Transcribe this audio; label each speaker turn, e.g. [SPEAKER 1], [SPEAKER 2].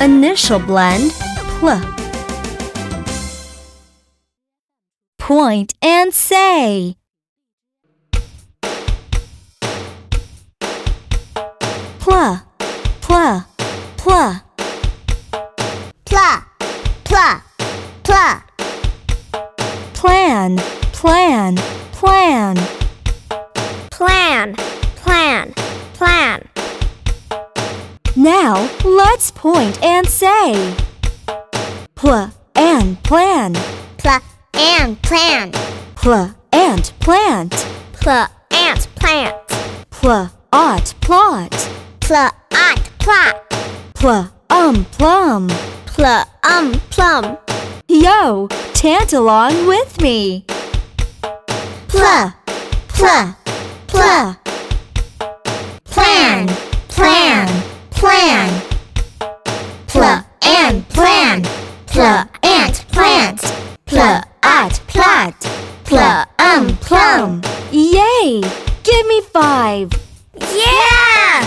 [SPEAKER 1] Initial blend, pl. Point and say. Pl, pl, pl.
[SPEAKER 2] Pla, pla, pla.
[SPEAKER 1] Plan, plan, plan.
[SPEAKER 2] Plan, plan, plan.
[SPEAKER 1] Now, let's point and say. Pl and plan,
[SPEAKER 2] Pla and plan.
[SPEAKER 1] pl and plant,
[SPEAKER 2] Pla and plant.
[SPEAKER 1] pl ot plot,
[SPEAKER 2] Pla at plat.
[SPEAKER 1] pl um plum.
[SPEAKER 2] Pla um plum.
[SPEAKER 1] Yo, chant along with me. Pl, pl, pl.
[SPEAKER 2] Plan, plan, plan. Pla and plan. Pla and plant. Pla at plat. Pla um plum.
[SPEAKER 1] Yay! Give me five.
[SPEAKER 2] Yeah!